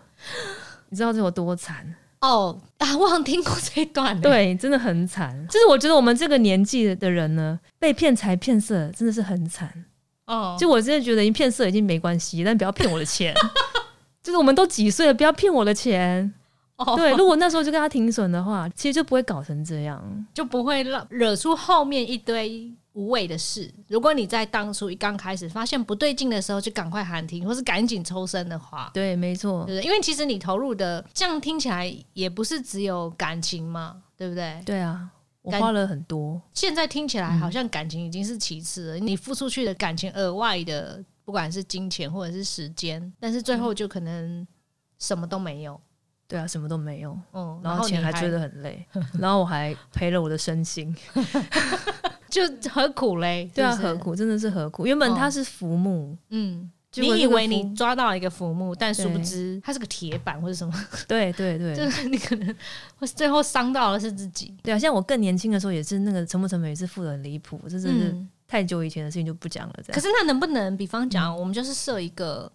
[SPEAKER 2] 你知道这有多惨？
[SPEAKER 1] 哦啊，我好像听过这一段欸。
[SPEAKER 2] [laughs] 对，真的很惨。就是我觉得我们这个年纪的人呢，被骗财骗色真的是很惨。
[SPEAKER 1] 哦，
[SPEAKER 2] 就我真的觉得，骗色已经没关系，但不要骗我的钱。 [laughs] 就是我们都几岁了，不要骗我的钱。
[SPEAKER 1] 哦
[SPEAKER 2] 对，如果那时候就跟他停损的话，其实就不会搞成这样。
[SPEAKER 1] 就不会让惹出后面一堆无谓的事。如果你在当初一刚开始发现不对劲的时候，就赶快喊停，或是赶紧抽身的话，
[SPEAKER 2] 对，没错，
[SPEAKER 1] 对不对？因为其实你投入的，这样听起来也不是只有感情嘛，对不对？
[SPEAKER 2] 对啊，我
[SPEAKER 1] 感
[SPEAKER 2] 花了很多，
[SPEAKER 1] 现在听起
[SPEAKER 2] 嗯
[SPEAKER 1] 来好像感情已经是其次了，你付出去的感情额外的，不管是金钱或者是时间，但是最后就可能什么都没有。
[SPEAKER 2] 对啊，什么都没有，
[SPEAKER 1] 嗯，
[SPEAKER 2] 然后
[SPEAKER 1] 你
[SPEAKER 2] 钱还追得很 [laughs] 累，然后我还赔了我的身心，
[SPEAKER 1] 就何苦嘞？
[SPEAKER 2] 对啊，
[SPEAKER 1] 是不是
[SPEAKER 2] 何？苦？真的是何苦？原本
[SPEAKER 1] 哦
[SPEAKER 2] 它是浮木，
[SPEAKER 1] 嗯，
[SPEAKER 2] 结果
[SPEAKER 1] 你以
[SPEAKER 2] 那个
[SPEAKER 1] 为你
[SPEAKER 2] 浮
[SPEAKER 1] 抓到一个浮木，但殊不
[SPEAKER 2] 对
[SPEAKER 1] 知它是个铁板或者什么， [laughs]
[SPEAKER 2] 对对对，
[SPEAKER 1] 就是你可能会最后伤到的是自己。
[SPEAKER 2] 对啊，像我更年轻的时候也是那个沉没成本也是付的很离谱，这真是
[SPEAKER 1] 嗯，
[SPEAKER 2] 太久以前的事情就不讲了。这
[SPEAKER 1] 可
[SPEAKER 2] 样
[SPEAKER 1] 是那能不能，比方讲，我们就是设一个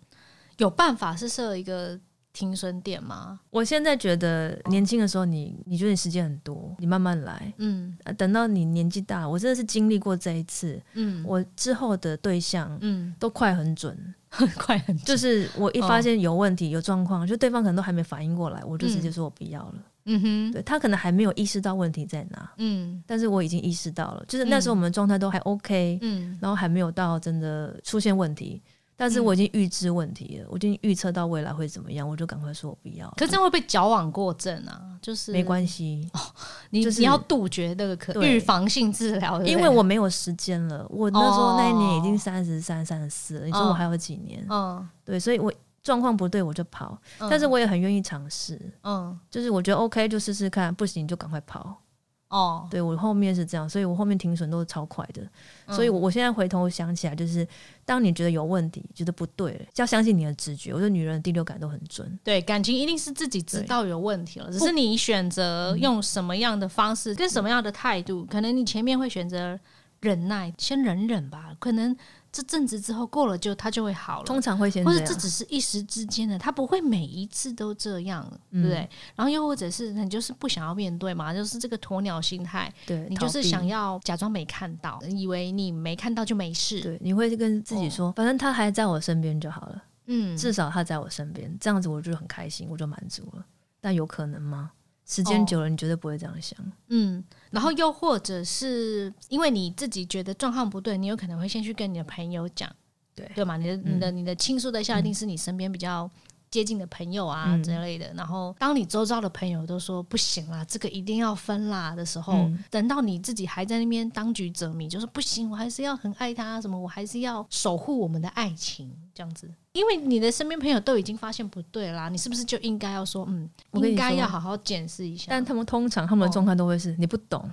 [SPEAKER 1] 有办法是设一个停损点吗？
[SPEAKER 2] 我现在觉得年轻的时候你你觉得你时间很多，你慢慢来。
[SPEAKER 1] 嗯
[SPEAKER 2] 啊等到你年纪大，我真的是经历过这一次，
[SPEAKER 1] 嗯，
[SPEAKER 2] 我之后的对象 [laughs]
[SPEAKER 1] 嗯，
[SPEAKER 2] 都快很准，
[SPEAKER 1] 快很
[SPEAKER 2] 就是我一
[SPEAKER 1] 哦
[SPEAKER 2] 发现有问题、有状况，就对方可能都还没反应过来，我就直接
[SPEAKER 1] 嗯
[SPEAKER 2] 说我不要了。
[SPEAKER 1] 嗯哼，
[SPEAKER 2] 对他可能还没有意识到问题在哪，
[SPEAKER 1] 嗯
[SPEAKER 2] 但是我已经意识到了，就是那时候
[SPEAKER 1] 嗯
[SPEAKER 2] 我们状态都还 OK，、
[SPEAKER 1] 嗯
[SPEAKER 2] 然后还没有到真的出现问题，但是
[SPEAKER 1] 嗯
[SPEAKER 2] 我已经预知问题了，我已经预测到未来会怎么样，我就赶快说我不要了。
[SPEAKER 1] 可是这样会哦被矫枉过正啊，就是
[SPEAKER 2] 没关
[SPEAKER 1] 系，
[SPEAKER 2] 系，
[SPEAKER 1] 你、
[SPEAKER 2] 就是
[SPEAKER 1] 你要杜绝那个可
[SPEAKER 2] 对
[SPEAKER 1] 预防性治疗，对不对
[SPEAKER 2] 因为我没有时间了。我那时
[SPEAKER 1] 哦
[SPEAKER 2] 候那一年已经三十三、三十四了，你说我
[SPEAKER 1] 嗯
[SPEAKER 2] 还有几年？
[SPEAKER 1] 嗯，
[SPEAKER 2] 对，所以我状况不对我就跑，
[SPEAKER 1] 嗯
[SPEAKER 2] [laughs] 但是我也很愿意尝试，
[SPEAKER 1] 嗯
[SPEAKER 2] 就是我觉得 OK 就试试看，不行就赶快跑。
[SPEAKER 1] 哦，
[SPEAKER 2] 对我后面是这样，所以我后面停损都是超快的。
[SPEAKER 1] 嗯
[SPEAKER 2] 所以，我我现在回头想起来，就是当你觉得有问题，觉得不对了，就要相信你的直觉。我觉得女人的第六感都很准。
[SPEAKER 1] 对感情一定是自己知
[SPEAKER 2] 对
[SPEAKER 1] 道有问题了，只是你选择用什么样的方式，跟什么样的态度，可能你前面会选择忍耐，先忍忍吧，可能这阵子之后过了就它就会好了
[SPEAKER 2] 通。常会先
[SPEAKER 1] 或
[SPEAKER 2] 这
[SPEAKER 1] 者这
[SPEAKER 2] 样。
[SPEAKER 1] 只是一时之间的，他不会每一次都这样，
[SPEAKER 2] 嗯
[SPEAKER 1] 对不对？然后又或者是你就是不想要面对嘛，就是这个鸵鸟心态，
[SPEAKER 2] 对，
[SPEAKER 1] 你就是
[SPEAKER 2] 逃避
[SPEAKER 1] 想要假装没看到，以为你没看到就没事。
[SPEAKER 2] 对，你会跟自己说，反正他还在我身边就好了，
[SPEAKER 1] 哦嗯，
[SPEAKER 2] 至少他在我身边，这样子我就很开心，我就满足了。但有可能吗？时间
[SPEAKER 1] 哦
[SPEAKER 2] 久了，你绝对不会这样想。
[SPEAKER 1] 嗯，然后又或者是因为你自己觉得状况不对，你有可能会先去跟你的朋友讲，
[SPEAKER 2] 对嗯
[SPEAKER 1] 对嘛？你的、你的、你的倾诉对象一定是你身边比较接近的朋友啊、
[SPEAKER 2] 嗯
[SPEAKER 1] 之类的。然后当你周遭的朋友都说不行啦，这个一定要分啦的时候，
[SPEAKER 2] 嗯
[SPEAKER 1] 等到你自己还在那边当局者迷，就是不行，我还是要很爱他，什么我还是要守护我们的爱情这样子。因为你的身边朋友都已经发现不对啦，你是不是就应该要说，嗯，
[SPEAKER 2] 我跟你
[SPEAKER 1] 应该
[SPEAKER 2] 说
[SPEAKER 1] 要好好检视一下？
[SPEAKER 2] 但他们通常他们的状态都会是、你不懂，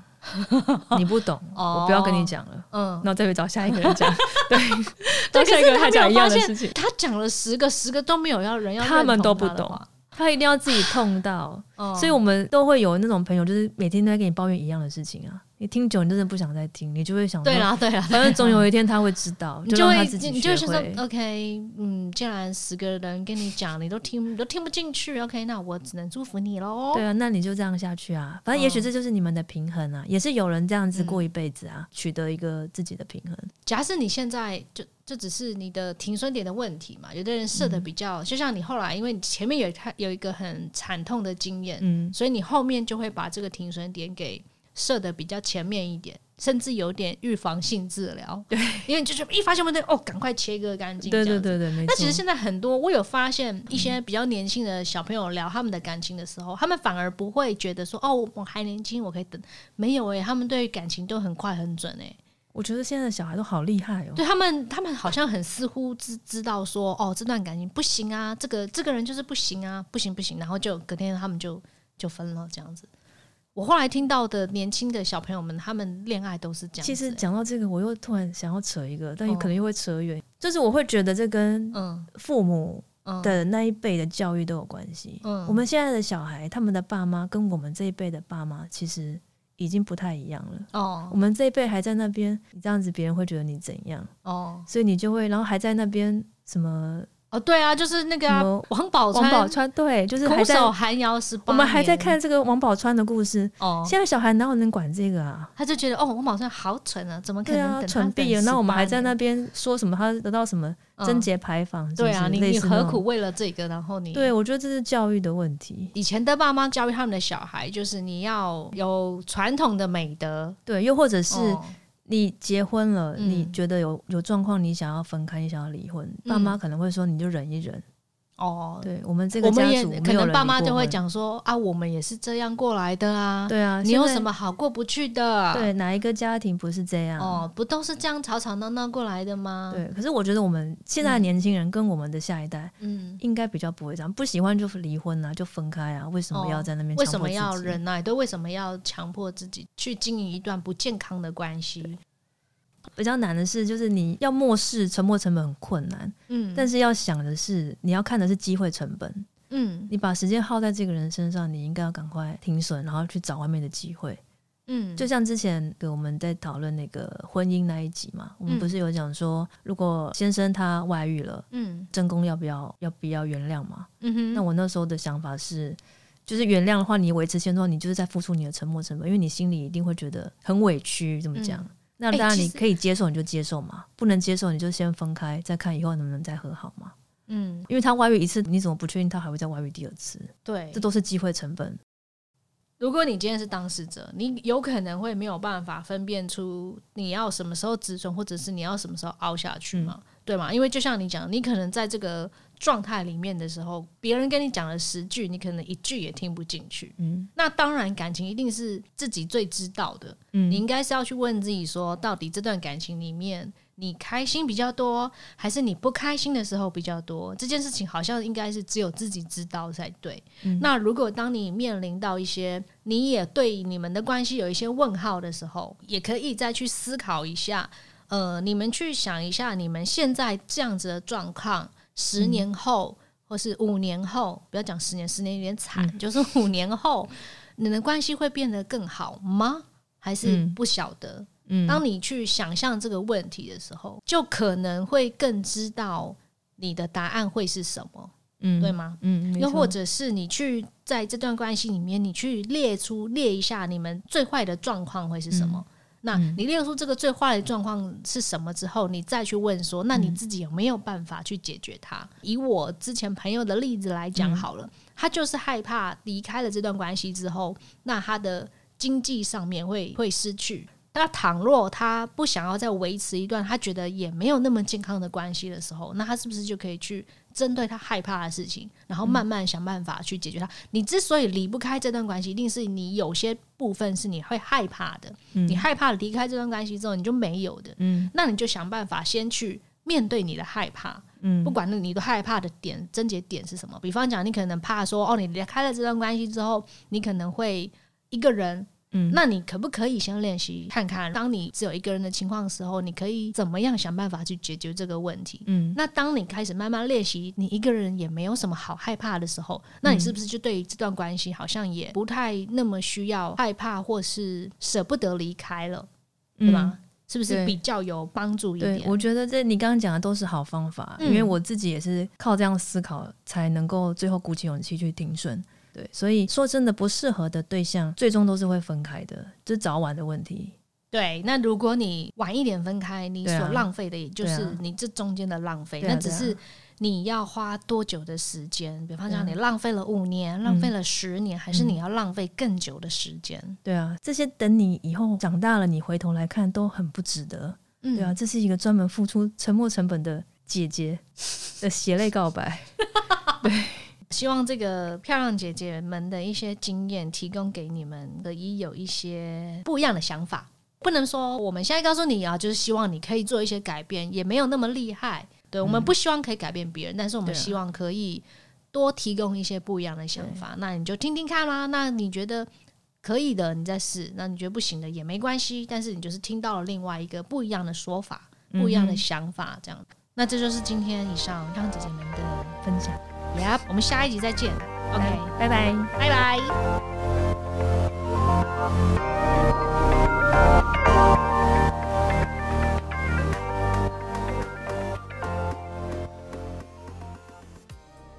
[SPEAKER 1] [laughs]
[SPEAKER 2] 你不懂，
[SPEAKER 1] 哦
[SPEAKER 2] 我不要跟你讲了。
[SPEAKER 1] 嗯
[SPEAKER 2] 然，后再去找下一个
[SPEAKER 1] [laughs]
[SPEAKER 2] 人讲，对，
[SPEAKER 1] 对
[SPEAKER 2] 找下一个人还讲一样
[SPEAKER 1] 可
[SPEAKER 2] 的
[SPEAKER 1] 是他没有发现
[SPEAKER 2] 事情，
[SPEAKER 1] 他讲了十个，十个都没有要人要认同
[SPEAKER 2] 他们都不
[SPEAKER 1] 他的话，
[SPEAKER 2] 他一定要自己痛到，
[SPEAKER 1] 嗯
[SPEAKER 2] 所以我们都会有那种朋友，就是每天都在跟你抱怨一样的事情啊。你听久，你真的不想再听，你就会想说
[SPEAKER 1] 对啦对
[SPEAKER 2] [laughs]
[SPEAKER 1] 啦，
[SPEAKER 2] 反正总有一天他会知 [laughs] 道，
[SPEAKER 1] 你
[SPEAKER 2] 让
[SPEAKER 1] 会
[SPEAKER 2] 他自己
[SPEAKER 1] 你就会
[SPEAKER 2] 学
[SPEAKER 1] 想说
[SPEAKER 2] 会呃
[SPEAKER 1] ，OK，嗯，既然十个人跟你讲，你都听你都听不进去，OK，那我只能祝福你喽。
[SPEAKER 2] 对啊，那你就这样下去啊。反正也许这就是你们的平衡啊，也是有人这样子过一辈子啊，取得一个自己的平衡。
[SPEAKER 1] 假设你现在就就只是你的停损点的问题嘛，有的人设的比较，就像你后来，因为你前面有他有一个很惨痛的经验，
[SPEAKER 2] 嗯，
[SPEAKER 1] 所以你后面就会把这个停损点给设的比较前面一点，甚至有点预防性治疗。对，因为你就是一发现不对，哦，赶快切割干净。这
[SPEAKER 2] 对对
[SPEAKER 1] 样子。
[SPEAKER 2] 对对，没错。
[SPEAKER 1] 那其实现在很多，我有发现一些比较年轻的小朋友聊他们的感情的时候，他们反而不会觉得说哦，我还年轻，我可以等。没有欸诶、他们对于感情都很快很准欸诶、
[SPEAKER 2] 我觉得现在的小孩都好厉害哦。
[SPEAKER 1] 对他们，他们好像很似乎知知道说哦，这段感情不行啊，这个这个人就是不行啊，不行不行，然后就隔天他们就就分了这样子。我后来听到的年轻的小朋友们，他们恋爱都是这样子、
[SPEAKER 2] 其实
[SPEAKER 1] 欸
[SPEAKER 2] 讲到这个，我又突然想要扯一个，但
[SPEAKER 1] 哦
[SPEAKER 2] 有可能又会扯远。就是我会觉得这跟
[SPEAKER 1] 嗯
[SPEAKER 2] 父母
[SPEAKER 1] 嗯
[SPEAKER 2] 的那一辈的教育都有关系。
[SPEAKER 1] 嗯
[SPEAKER 2] 我们现在的小孩，他们的爸妈跟我们这一辈的爸妈其实已经不太一样了。我
[SPEAKER 1] 哦
[SPEAKER 2] 们这一辈还在那边，你这样子别人会觉得你怎样，
[SPEAKER 1] 哦
[SPEAKER 2] 所以你就会，然后还在那边什么
[SPEAKER 1] 哦，对啊，就是那个、啊
[SPEAKER 2] 什么
[SPEAKER 1] 王宝
[SPEAKER 2] 王
[SPEAKER 1] 钏，
[SPEAKER 2] 宝钏，对，就是还
[SPEAKER 1] 空
[SPEAKER 2] 在
[SPEAKER 1] 手寒窑十八
[SPEAKER 2] 我们还在
[SPEAKER 1] 年
[SPEAKER 2] 看这个王宝钏的故事。
[SPEAKER 1] 哦，
[SPEAKER 2] 现在小孩哪有能管这个啊？
[SPEAKER 1] 他就觉得哦，王宝钏好蠢啊，怎么可
[SPEAKER 2] 对
[SPEAKER 1] 能
[SPEAKER 2] 啊，
[SPEAKER 1] 等
[SPEAKER 2] 蠢
[SPEAKER 1] 他
[SPEAKER 2] 毙了！
[SPEAKER 1] 等
[SPEAKER 2] 那我们还
[SPEAKER 1] 18
[SPEAKER 2] 在那
[SPEAKER 1] 年
[SPEAKER 2] 边说什么他得到什么贞、
[SPEAKER 1] 嗯
[SPEAKER 2] 节牌坊？是不
[SPEAKER 1] 对啊，
[SPEAKER 2] 是
[SPEAKER 1] 你
[SPEAKER 2] 类
[SPEAKER 1] 你
[SPEAKER 2] 似那
[SPEAKER 1] 何
[SPEAKER 2] 种
[SPEAKER 1] 苦为了这个，然后你
[SPEAKER 2] 对，我觉得这是教育的问题。
[SPEAKER 1] 以前的爸妈教育他们的小孩，就是你要有传统的美德，
[SPEAKER 2] 对，又或者是
[SPEAKER 1] 哦
[SPEAKER 2] 你结婚了，
[SPEAKER 1] 嗯
[SPEAKER 2] 你觉得有有状况，你想要分开，你想要离婚，爸妈可能会说你就忍一忍。
[SPEAKER 1] 哦，
[SPEAKER 2] 对我们这个
[SPEAKER 1] 我
[SPEAKER 2] 家
[SPEAKER 1] 们也
[SPEAKER 2] 族没有人
[SPEAKER 1] 可能爸妈
[SPEAKER 2] 离过
[SPEAKER 1] 就会
[SPEAKER 2] 婚，
[SPEAKER 1] 讲说啊，我们也是这样过来的啊，
[SPEAKER 2] 对啊，
[SPEAKER 1] 你有
[SPEAKER 2] 现在
[SPEAKER 1] 什么好过不去的？
[SPEAKER 2] 对哪一个家庭不是这样？
[SPEAKER 1] 啊哦，不都是这样吵吵闹闹过来的吗？，
[SPEAKER 2] 对，可是我觉得我们现在的年轻人跟我们的下一代
[SPEAKER 1] 嗯，
[SPEAKER 2] 应该比较不会这样，不喜欢就离婚啊，就分开啊，为什么要在那边、
[SPEAKER 1] 哦为什么要？忍耐？对，为什么要强迫自己去经营一段不健康的关系？
[SPEAKER 2] 比较难的是，就是你要漠视沉没成本很困难，
[SPEAKER 1] 嗯，
[SPEAKER 2] 但
[SPEAKER 1] 是
[SPEAKER 2] 是要想的是，你要看的是机会成本。
[SPEAKER 1] 嗯
[SPEAKER 2] 你把时间耗在这个人身上，你应该要赶快停损，然后去找外面的机会。
[SPEAKER 1] 嗯，
[SPEAKER 2] 就像之前给我们在讨论那个婚姻那一集嘛，我们不是有讲说，如果先生他外遇了，
[SPEAKER 1] 嗯
[SPEAKER 2] 正宫要不要要不要原谅嘛？
[SPEAKER 1] 嗯哼，
[SPEAKER 2] 那我那时候的想法是，就是原谅的话，你维持现状，你就是在付出你的沉默成本，因为你心里一定会觉得很委屈，怎么讲？
[SPEAKER 1] 嗯
[SPEAKER 2] 那
[SPEAKER 1] 哎
[SPEAKER 2] 当然
[SPEAKER 1] 其
[SPEAKER 2] 你
[SPEAKER 1] 实
[SPEAKER 2] 可以接受，你就接受嘛；不能接受，你就先分开，再看以后能不能再和好嘛。
[SPEAKER 1] 嗯
[SPEAKER 2] 因为他外遇一次，你怎么不确定他还会再外遇第二次？
[SPEAKER 1] 对
[SPEAKER 2] 这，都是机会成本。
[SPEAKER 1] 如果你今天是当事者，你有可能会没有办法分辨出你要什么时候止损，或者是你要什么时候凹下去嘛，对吗？因为就像你讲，你可能在这个状态里面的时候，别人跟你讲了十句，你可能一句也听不进去。
[SPEAKER 2] 嗯
[SPEAKER 1] 那当然，感情一定是自己最知道的，
[SPEAKER 2] 嗯
[SPEAKER 1] 你应该是要去问自己说，到底这段感情里面你开心比较多，还是你不开心的时候比较多？这件事情好像应该是只有自己知道才对。
[SPEAKER 2] 嗯
[SPEAKER 1] 那如果当你面临到一些你也对你们的关系有一些问号的时候，也可以再去思考一下。呃，你们去想一下，你们现在这样子的状况，十年后、或是五年后，不要讲十年，十年有点惨，
[SPEAKER 2] 嗯
[SPEAKER 1] 就是五年后，你的关系会变得更好吗？还是
[SPEAKER 2] 嗯
[SPEAKER 1] 不晓得？
[SPEAKER 2] 嗯
[SPEAKER 1] 当你去想象这个问题的时候，就可能会更知道你的答案会是什么，
[SPEAKER 2] 嗯
[SPEAKER 1] 对？吗？
[SPEAKER 2] 嗯，没
[SPEAKER 1] 又
[SPEAKER 2] 错
[SPEAKER 1] 或者是你去在这段关系里面，你去列出列一下你们最坏的状况会是什
[SPEAKER 2] 嗯
[SPEAKER 1] 么？那你列出这个最坏的状况是什么之后，你再去问说，那
[SPEAKER 2] 嗯
[SPEAKER 1] 你自己有没有办法去解决它？以我之前朋友的例子来
[SPEAKER 2] 嗯
[SPEAKER 1] 讲好了，他就是害怕离开了这段关系之后，那他的经济上面会会失去。那倘若他不想要再维持一段他觉得也没有那么健康的关系的时候，那他是不是就可以去针对他害怕的事
[SPEAKER 2] 嗯
[SPEAKER 1] 情，然后慢慢想办法去解决它？你之所以离不开这段关系，一定是你有些部分是你会害怕的，
[SPEAKER 2] 嗯
[SPEAKER 1] 你害怕离开这段关系之后你就没有的，
[SPEAKER 2] 嗯
[SPEAKER 1] 那你就想办法先去面对你的害怕，
[SPEAKER 2] 嗯
[SPEAKER 1] 不管那你都害怕的点症结点是什么。比方讲，你可能怕说，哦，你离开了这段关系之后，你可能会一个人。
[SPEAKER 2] 嗯
[SPEAKER 1] 那你可不可以先练习看看，当你只有一个人的情况的时候，你可以怎么样想办法去解决这个问题？
[SPEAKER 2] 嗯
[SPEAKER 1] 那当你开始慢慢练习，你一个人也没有什么好害怕的时候，那你是不是就对于这段关系好像也不太那么需要害怕，或是舍不得离开了，
[SPEAKER 2] 嗯
[SPEAKER 1] 对吧？？是不是
[SPEAKER 2] 对
[SPEAKER 1] 比较有帮助一
[SPEAKER 2] 对
[SPEAKER 1] 点，？
[SPEAKER 2] 我觉得这你刚刚讲的都是好方法，
[SPEAKER 1] 嗯
[SPEAKER 2] 因为我自己也是靠这样思考，才能够最后鼓起勇气去停损。对，所以说真的，不适合的对象最终都是会分开的，这是早晚的问题。
[SPEAKER 1] 对，那如果你晚一点分开，你
[SPEAKER 2] 对啊
[SPEAKER 1] 所浪费的也就
[SPEAKER 2] 对啊
[SPEAKER 1] 是你这中间的浪费，
[SPEAKER 2] 对啊
[SPEAKER 1] 那只
[SPEAKER 2] 对啊
[SPEAKER 1] 是你要花多久的时间？比方
[SPEAKER 2] 对啊嗯
[SPEAKER 1] 讲，你浪费了五年，浪费了十年，还是你要浪费更久的时间？
[SPEAKER 2] 对啊，这些等你以后长大了，你回头来看都很不值得。
[SPEAKER 1] 嗯
[SPEAKER 2] 对啊，，这是一个专门付出沉没成本的姐姐的血泪告白。
[SPEAKER 1] 希望这个漂亮姐姐们的一些经验，提供给你们可以有一些不一样的想法。不能说我们现在告诉你啊，就是希望你可以做一些改变，也没有那么厉害。对，我们不希望可以改变别人，但是我们
[SPEAKER 2] 对啊
[SPEAKER 1] 希望可以多提供一些不一样的想法。那你就听听看啦。那你觉得可以的，你再试；那你觉得不行的也没关系，但是你就是听到了另外一个不一样的说法、
[SPEAKER 2] 嗯
[SPEAKER 1] 不一样的想法，这样。那这就是今天以上漂亮姐姐们的
[SPEAKER 2] 分享，
[SPEAKER 1] Yep，我们下一集再见。OK，
[SPEAKER 2] 拜拜。
[SPEAKER 1] 拜拜。